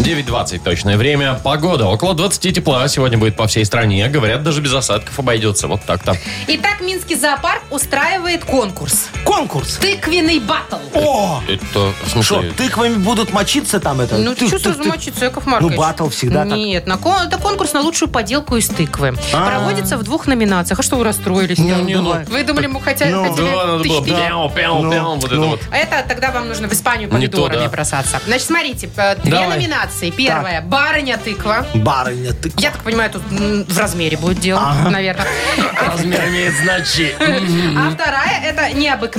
9.20 точное время. Погода около 20 тепла. Сегодня будет по всей стране. Говорят, даже без осадков обойдется. Вот так-то.
Итак, Минский зоопарк устраивает конкурс.
Конкурс.
Тыквенный батл.
О!
Это, в
Что,
смысле,
тыквами будут мочиться там это?
Ну,
Тык,
что
тык,
сразу
тык.
мочиться, Яков Маркович?
Ну, батл всегда так.
Нет, на кон- это конкурс на лучшую поделку из тыквы. Проводится в двух номинациях. А что вы расстроились?
Ну, не, ну,
Вы думали, мы хотя-
Ну,
хотели
Да, надо было
тычки?
пяу, пяу,
Ну,
пяу, вот это
ну.
вот.
А Это тогда вам нужно в Испанию
Не то,
помидорами
да.
бросаться. Значит, смотрите, э, две
Давай.
номинации. Первая барыня тыква.
Барыня, тык.
Я так понимаю, тут м, в размере будет дело, наверное.
Размер имеет значение.
А вторая это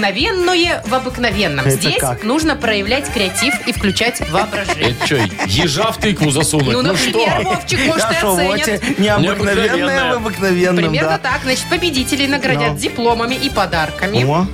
необыкновенное в обыкновенном.
Это
Здесь
как?
нужно проявлять креатив и включать воображение.
Это что, ежа в тыкву засунуть?
Ну,
Ну, что?
например, Вовчик, может, и
Хорошо, вот
оценят.
тебе необыкновенное
Необыкновенное.
в обыкновенном,
Примерно
да.
так. Значит, победителей наградят
Да.
дипломами и подарками.
О,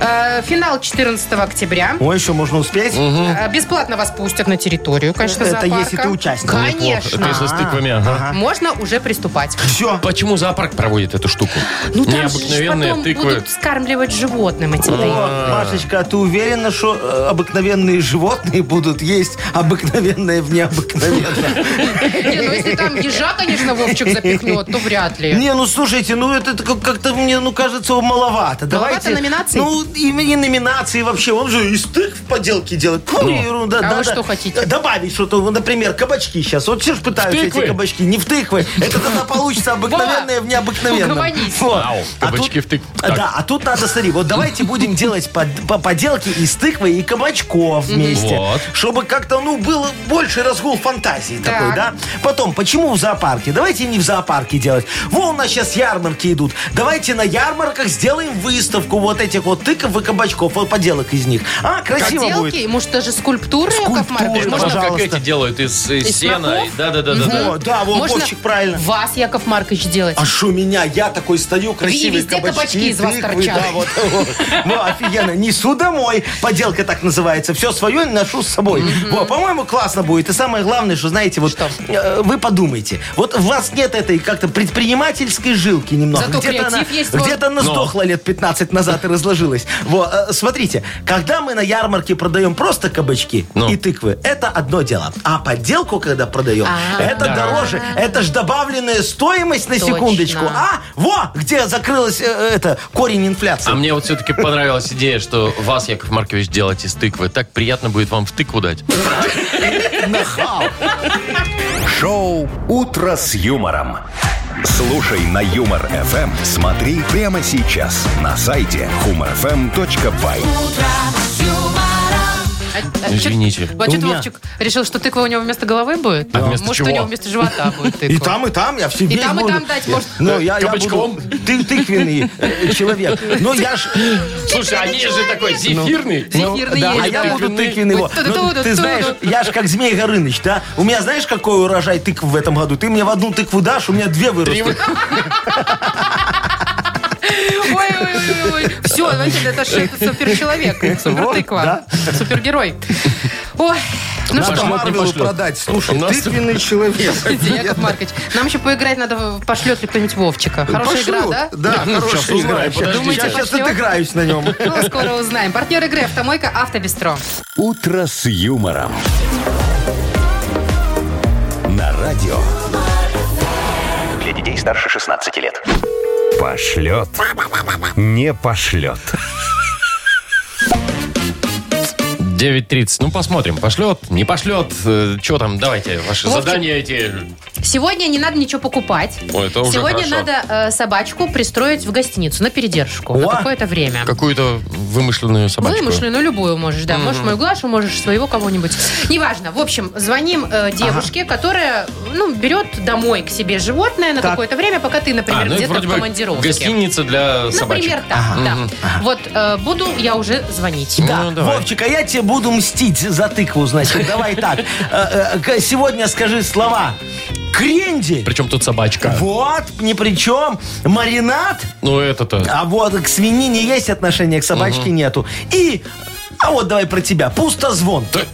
Э, Финал 14 октября.
о, еще можно успеть?
Э, Бесплатно вас пустят на территорию, конечно,
Это
зоопарка.
если ты участник.
Конечно. А.
Это если с тыквами, ага.
Можно уже приступать.
Все.
Почему зоопарк проводит эту штуку?
Ну, там же
Необыкновенные
потом
тыквы.
будут скармливать животным эти тыквы.
Машечка, а ты уверена, что э, обыкновенные животные будут есть обыкновенное в необыкновенном?
Не, ну если там ежа, конечно, Вовчик запихнет, то вряд ли.
Не, ну слушайте, ну это как- как-то мне, ну кажется, маловато.
Маловато
Давайте,
номинаций?
Ну, и, и номинации вообще. Он же из тыкв поделки делает. Фу,
Ну.
ерунда.
А вы
надо
что хотите?
Добавить что-то. Вот, Например, кабачки сейчас. Вот все же пытаются
В
эти
тыквы?
кабачки. Не в тыквы. Это тогда получится обыкновенное в необыкновенном.
Угомонись.
Вот.
Ау,
А
кабачки
тут-
в тыкву. Так.
Да, а тут надо, смотри, вот давайте будем делать под- по- поделки из тыквы и кабачков вместе.
Вот.
Чтобы как-то, ну, был больше разгул фантазии такой,
Так.
да? Потом, почему в зоопарке? Давайте не в зоопарке делать. Вон у нас сейчас ярмарки идут. Давайте на ярмарках сделаем выставку вот этих вот тыков и кабачков, вот поделок из них. А, красиво будет.
Поделки, может, даже скульптуры, Яков
Скульптуры,
Маркович?
Можно,
Можно,
как
пожалуйста.
эти делают из, из
Из
сена.
смоков?
Да-да-да-да.
О, да, вот
можно
Вовчик правильно.
вас, Яков Маркович, делать.
А что меня? Я такой стою, красивый
везде
кабачки,
кабачки из вас
тыквы,
торчат.
да, вот, вот. Ну, офигенно. Несу домой. Поделка так называется. Все свое ношу с собой. Во, по-моему, классно будет. И самое главное, что, знаете, вот э, вы подумайте. Вот у вас нет этой как-то предпринимательской жилки немного.
Зато
Где-то она,
креатив есть, вот.
где-то она
Но.
сдохла лет 15 назад и разложилась. Во, э, смотрите, когда мы на ярмарке продаем просто кабачки
Ну.
и тыквы, это одно дело. А подделку, когда продаем,
А,
это дороже. Это ж добавленная стоимость на
Точно.
секундочку. А, во, где закрылась э, э, это корень инфляции.
А мне вот все-таки понравилась идея, что вас, Яков Маркович, делать из тыквы. Так приятно будет вам в тыкву дать.
Шоу «Утро с юмором». Слушай на Юмор ФМ. Смотри прямо сейчас на сайте humorfm.by.
А- а
Извините.
чё- А что
У меня-
Вовчик решил, что тыква у него вместо головы будет? Ну,
А вместо
Может, у
чего?
него вместо живота будет тыква?
И там, и там, я все
И
весь
там, и
буду.
там дать можно.
Ну, я, я
Кабачком?
буду ты, тыквенный э, человек. Ну, я ж...
Слушай, а есть же
Ну,
такой зефирный. Ну,
Зефирный
да,
есть,
а я
да.
буду тыквенный. вот.
Вот
Ну,
тут,
ты
тут,
знаешь,
тут.
я ж как Змей Горыныч, да? У меня знаешь, какой урожай тыкв в этом году? Ты мне в одну тыкву дашь, у меня две вырастут.
Ой-ой-ой. Все, значит, это же это суперчеловек. Супертыква. Супергерой. Ой, ну
Надо
что,
пошлет, не
Марвелу
пошлет.
продать. Слушай,
У нас-
тыквенный человек.
Яков Маркович, нам еще поиграть надо, пошлет ли кто-нибудь Вовчика. Хорошая
Пошлю.
игра, да?
Да,
сейчас
хорошая игра.
узнаем, подождите.
Я сейчас
Пошлет?
отыграюсь на нем.
Ну, скоро узнаем. Партнер игры «Автомойка Автобестро».
«Утро с юмором». На радио
Для детей старше 16 лет.
Пошлет. Не пошлет.
9.30. Ну, посмотрим, пошлет, не пошлет. Что там, давайте,
Ну,
ваши
Вовчик.
задания эти.
Сегодня не надо ничего покупать.
О, это уже
Сегодня
хорошо.
надо э, собачку пристроить в гостиницу на передержку на
О!
какое-то время.
Какую-то вымышленную собачку?
Вымышленную, ну, любую можешь, да. Можешь мою Глашу, можешь своего кого-нибудь. Неважно. В общем, звоним э, девушке, которая, ну, берет домой к себе животное на какое-то время, пока ты,
А,
например,
ну это
где-то в
вроде бы
командировке.
гостиница для собачек.
Например, так, да. Вот э, буду я уже звонить.
Ну,
Да.
Да,
давай.
Вовчик, а я тебе буду мстить за тыкву, значит. Давай так. Э, э, к- Сегодня скажи слова. Крендель.
Причем тут собачка.
Вот, ни при чем. Маринад.
Ну это-то.
А вот к свинине есть отношение, к собачке нету. И, а вот давай про тебя. Пустозвон.
Ты-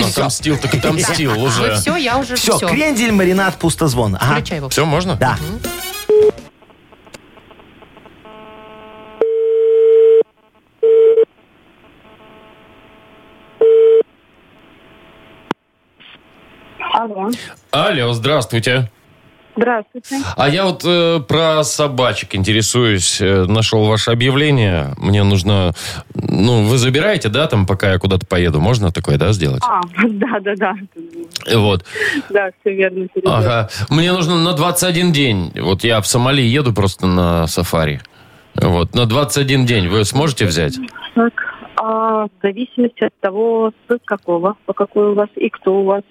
Отомстил, ну, так отомстил
Вы
уже.
все, я уже
Все,
все.
крендель, маринад, пустозвон. Ага.
Включай его.
Все, можно?
Да.
Алло.
Алло, здравствуйте.
Здравствуйте.
А я вот э, про собачек интересуюсь. Э, нашел ваше объявление. Мне нужно... Ну, вы забираете, да, там, пока я куда-то поеду? Можно такое, да, сделать?
А, да-да-да.
Э, Вот.
Да, все верно. перебил.
Ага. Мне нужно на 21 день. Вот я в Сомали еду просто на сафари. Вот. На 21 день вы сможете взять?
Так, а в зависимости от того, с какого, по какой у вас и кто у вас.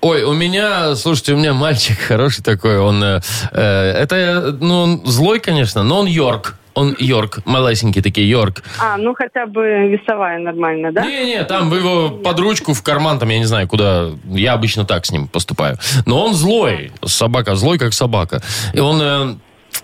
Ой, у меня, слушайте, у меня мальчик хороший такой, он, э, э, это, э, ну, он злой, конечно, но он Йорк. Он Йорк, малесенький такие, Йорк.
А, ну хотя бы весовая нормально, да?
Не-не, там вы его под ручку в карман, там, я не знаю, куда. Я обычно так с ним поступаю. Но он злой. Собака, злой, как собака. И он э,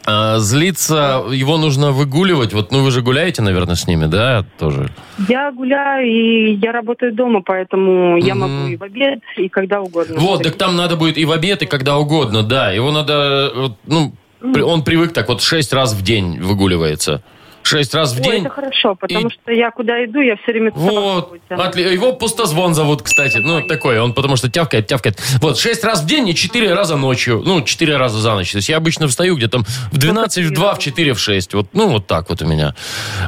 э, злится, его нужно выгуливать. Вот, ну, вы же гуляете, наверное, с ними, да, тоже?
Я гуляю и я работаю дома, поэтому я могу и в обед, и когда угодно.
Вот, так там надо будет и в обед, и когда угодно, да. Его надо, вот, ну, при- он привык так вот шесть раз в день выгуливается. Шесть раз в
Ой,
день.
это хорошо, потому
И-
что я куда иду, я все время с
Вот,
собакой гуляю.
отли- его пустозвон зовут, кстати. Ну, такой, он потому что тявкает, тявкает. Вот, шесть раз в день и четыре раза ночью. Ну, четыре раза за ночь. То есть я обычно встаю где-то
Ну,
там в 12, в 2, в 4, в 6. Вот, ну, вот так вот у меня.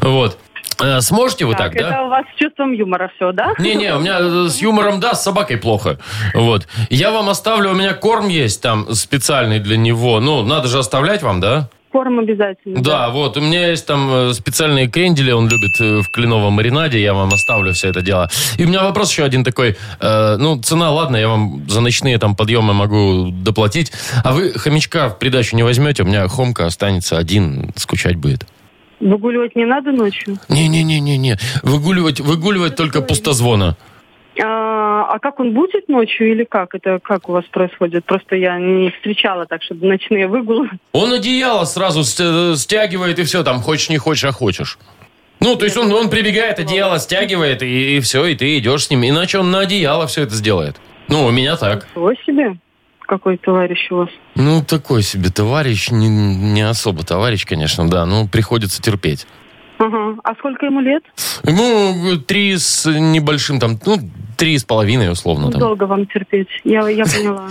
Вот. Э, Сможете вы
Так,
так,
это
да?
у вас с чувством юмора все, да?
Не-не, у меня э, с юмором, да, с собакой плохо. Вот. Я вам оставлю, у меня корм есть там специальный для него. Ну, надо же оставлять вам, да?
Корм обязательно.
Да, вот, у меня есть там э, специальные крендели, он любит э, в кленовом маринаде, я вам оставлю все это дело. И у меня вопрос еще один такой, э, ну, цена, ладно, я вам за ночные там подъемы могу доплатить, а вы хомячка в придачу не возьмете, у меня хомка останется один, скучать будет.
Выгуливать не надо ночью.
Не-не-не-не-не, выгуливать, выгуливать только пустозвона.
А, а как он будет ночью или как? Это как у вас происходит? Просто я не встречала так, чтобы ночные выгулы.
Он одеяло сразу с- э, стягивает, и все, там, хочешь не хочешь, а хочешь. Ну, то есть он, он прибегает, одеяло стягивает, и, и все, и ты идешь с ним. Иначе он на одеяло все это сделает. Ну, у меня так.
Ничего себе. Какой товарищ у вас.
Ну, такой себе товарищ, не, не особо товарищ, конечно, да, ну, приходится терпеть.
Ага. А сколько ему лет?
Ну, три с небольшим там, ну, три с половиной, условно, Ну, там.
Долго вам терпеть. Я, я поняла.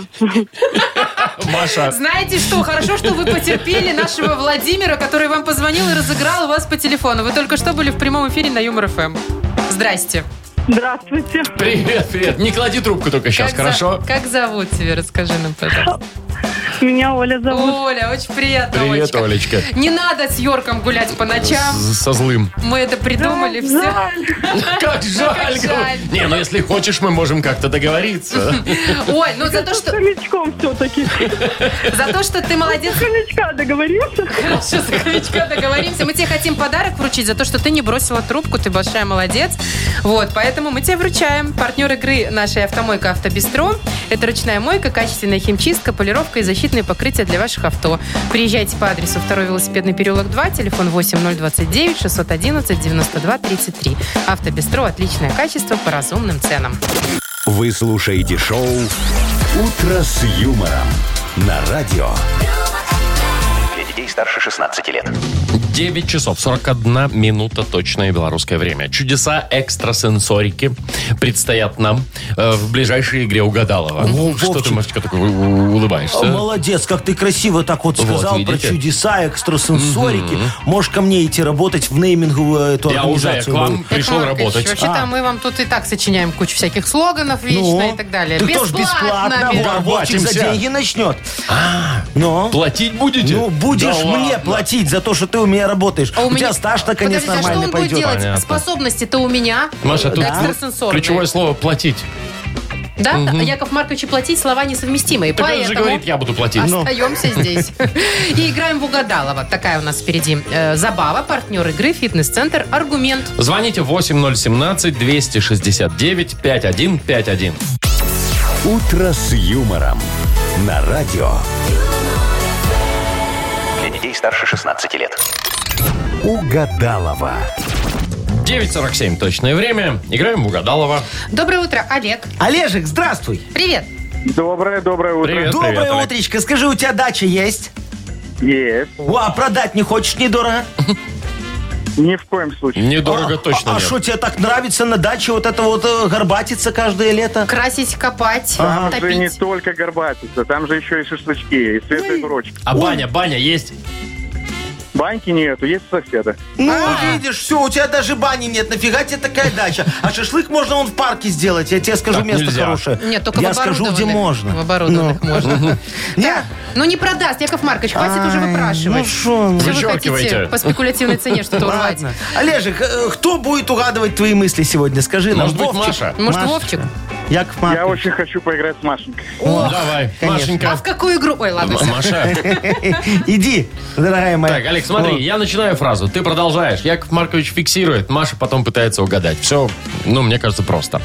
Маша,
Знаете что, хорошо, что вы потерпели нашего Владимира, который вам позвонил и разыграл у вас по телефону. Вы только что были в прямом эфире на
Эм.
Юмор-ФМ. Здрасте.
Здравствуйте.
привет, привет. Не клади трубку только сейчас,
Как за-
хорошо?
Как зовут тебя? Расскажи нам, пожалуйста.
Меня Оля зовут.
Оля, очень приятно,
Привет,
Олечка.
Олечка.
Не надо с Йорком гулять по ночам.
С- Со злым.
Мы это придумали все.
Жаль.
Как жаль.
как жаль.
говорю. Не, ну если хочешь, мы можем как-то договориться.
Оль, ну за то,
С
что,
хомячком все-таки.
за то, что ты молодец.
Хомячка договорился.
Хорошо, за хомячка договоримся. Мы тебе хотим подарок вручить за то, что ты не бросила трубку. Ты большая молодец. Вот, поэтому мы тебе вручаем. Партнер игры нашей автомойка «Автобестро». Это ручная мойка, качественная химчистка, полировка и защитные покрытия для ваших авто. Приезжайте по адресу 2 велосипедный переулок 2, телефон 8029 611 92 33. «Автобестро» – отличное качество по разумным ценам.
Вы слушаете шоу «Утро с юмором» на радио.
Для детей старше 16 лет.
9 часов 41 минута точное белорусское время. Чудеса экстрасенсорики предстоят нам э, в ближайшей игре угадалова.
О,
Что ты,
Вовчик.
Машечка, такой у- у- улыбаешься?
О, Молодец, как ты красиво так вот
Вот,
сказал про
видите?
чудеса, экстрасенсорики. Можешь ко мне идти работать в нейминговую эту
Я уже к
организацию.
вам
мою.
пришел
Яков Маркович,
работать.
Вообще-то мы вам тут и так сочиняем кучу всяких слоганов вечно
А. Ну,
и так далее.
Так тоже бесплатно.
бе-
Во, Вовчик за
Платимся.
деньги начнет. Но...
Платить будете?
Ну, будешь
А, Да
мне
ладно.
платить за то, что ты у меня работаешь.
А
у, тебя стаж-то,
Подождите, а
конечно,
что
нормально
он будет
пойдет.
делать?
Понятно.
Способности-то у меня
Маша, тут
экстрасенсорные.
ключевое слово «платить».
Да, А Яков Маркович, и платить слова несовместимые.
Так он же
Поэтому
говорит, я буду платить. Ну.
Остаемся здесь. И играем в угадалово. Такая у нас впереди э, забава. Партнер игры, фитнес-центр, аргумент.
Звоните 8017-269-5151.
«Утро с юмором» на радио.
Для детей старше 16 лет.
Угадалова.
9.47 точное время. Играем в Угадалова.
Доброе утро, Олег.
Олежек, здравствуй.
Привет.
Доброе, доброе утро.
Привет,
Доброе
привет, Олег.
утречко. Скажи, у тебя дача есть?
Есть.
О, а продать не хочешь недорого?
Ни в коем случае.
Недорого
А-
точно
А
нет.
что тебе так нравится на даче вот это вот э, горбатиться каждое лето?
Красить, копать,
Там же не
топить.
только горбатица, там же еще и шашлычки, и светлые курочки.
А баня, баня есть?
Баньки нету, есть соседа.
Ну,
А.
видишь, все, у тебя даже бани нет. Нафига тебе такая дача? А шашлык можно вон в парке сделать. Я тебе скажу
Так
место
нельзя.
хорошее.
Нет, только
Я
в
скажу, где
оборудованных. В
можно. Ну.
оборудованных можно.
Нет?
Ну не продаст, Яков Маркович, хватит уже
Ну
выпрашивать.
что, ну,
Все вы
Вычеркивайте.
хотите по спекулятивной цене что-то урвать.
ладно. Олежек, э, кто будет угадывать твои мысли сегодня? Скажи нам.
Может быть,
Вовчик?
Маша?
Может,
Маша.
Вовчик?
Яков
Я
Маркович.
очень хочу поиграть с Машенькой.
Ну, Давай,
А
Машенька.
в какую игру? Ой, ладно.
М-
всё.
Маша.
Иди, дорогая моя.
Так, Алекс, смотри,
Вот.
я начинаю фразу, ты продолжаешь. Яков Маркович фиксирует, Маша потом пытается угадать. Все, ну, мне кажется, просто.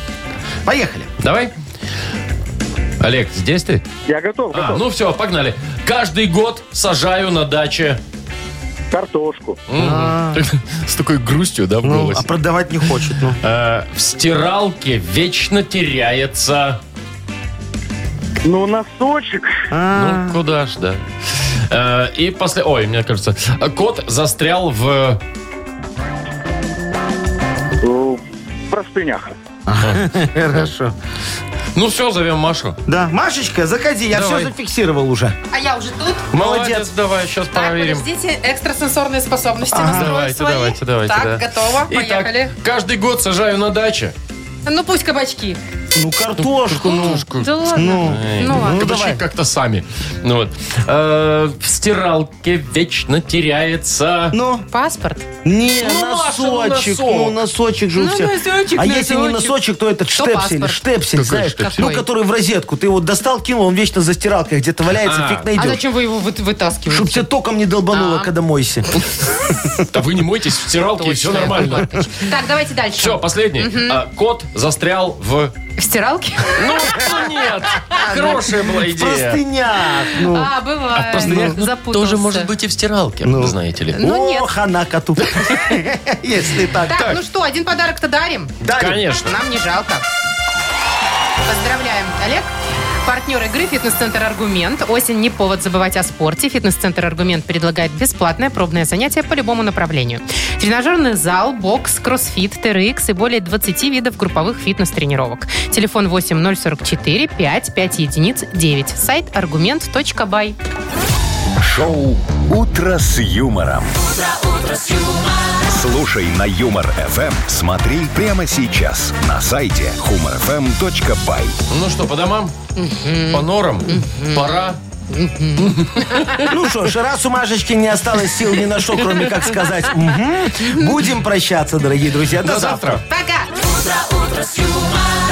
Поехали.
Давай. Олег, здесь ты?
Я готов,
А,
готов.
ну все, погнали. Каждый год сажаю на даче.
Картошку.
С такой грустью, да, в
А. Ну, а продавать не хочет. ну.
Э, В стиралке вечно теряется.
Ну, носочек.
А.
Ну, куда ж, да. Э, И после... Ой, мне кажется. э, Кот застрял в...
Э, В простынях.
Хорошо.
Ну все, зовем Машу.
Да, Машечка, заходи, я
Давай.
все зафиксировал уже.
А я уже тут.
Молодец.
давай, сейчас
Так,
проверим.
подождите, экстрасенсорные способности настроим
Давайте,
свои.
давайте, давайте,
Так,
да.
готово,
Итак,
поехали.
каждый год сажаю на даче.
Ну пусть кабачки.
Ну, картошку. Ну,
Да ладно.
Ну,
Ну ладно.
ну,
Кабачки
давай.
как-то сами. Ну вот. Э, В стиралке вечно теряется...
Ну,
Паспорт?
не,
Ну, Маша, ну,
носочек.
носок.
Ну, носочек же у
Ну,
всех.
носочек,
А если не
носочек.
носочек, то этот штепсель.
паспорт.
Штепсель,
Какой
знаешь?
штепсель?
Ну, который в розетку. Ты его достал, кинул, он вечно за стиралкой где-то валяется,
А.
фиг
А
найдешь.
зачем вы его вы-
Чтоб тебя
вытаскиваете?
током не долбануло,
Да.
когда мойся.
Да вы не мойтесь в стиралке, и все
Точно, Яков
нормально.
Маркович. Так, давайте дальше.
Все, последний. А, Кот застрял в...
В стиралке?
Ну, ну нет! Хорошая была идея.
Простыня. Ну,
А, бывает. Запутался.
быть и в стиралке, знаете ли.
Ну, нет.
ох, она коту. Если так.
Так, ну что, один подарок-то дарим?
Дарим.
Конечно.
Нам не жалко. Поздравляем, Олег. Партнер игры «Фитнес-центр Аргумент». Осень не повод забывать о спорте. «Фитнес-центр Аргумент» предлагает бесплатное пробное занятие по любому направлению. Тренажерный зал, бокс, кроссфит, TRX и более 20 видов групповых фитнес-тренировок. Телефон 8044 5 5 единиц 9. Сайт аргумент.бай.
Шоу «Утро с юмором». Слушай на Юмор ФМ, смотри прямо сейчас на сайте humorfm.by.
Ну что, по домам? По норам? Пора?
Ну что ж, раз у Машечки не осталось сил ни на что, кроме как сказать
Ну,
«мгм», будем прощаться, дорогие друзья. До завтра.
Пока!
Утро, утро с юмором.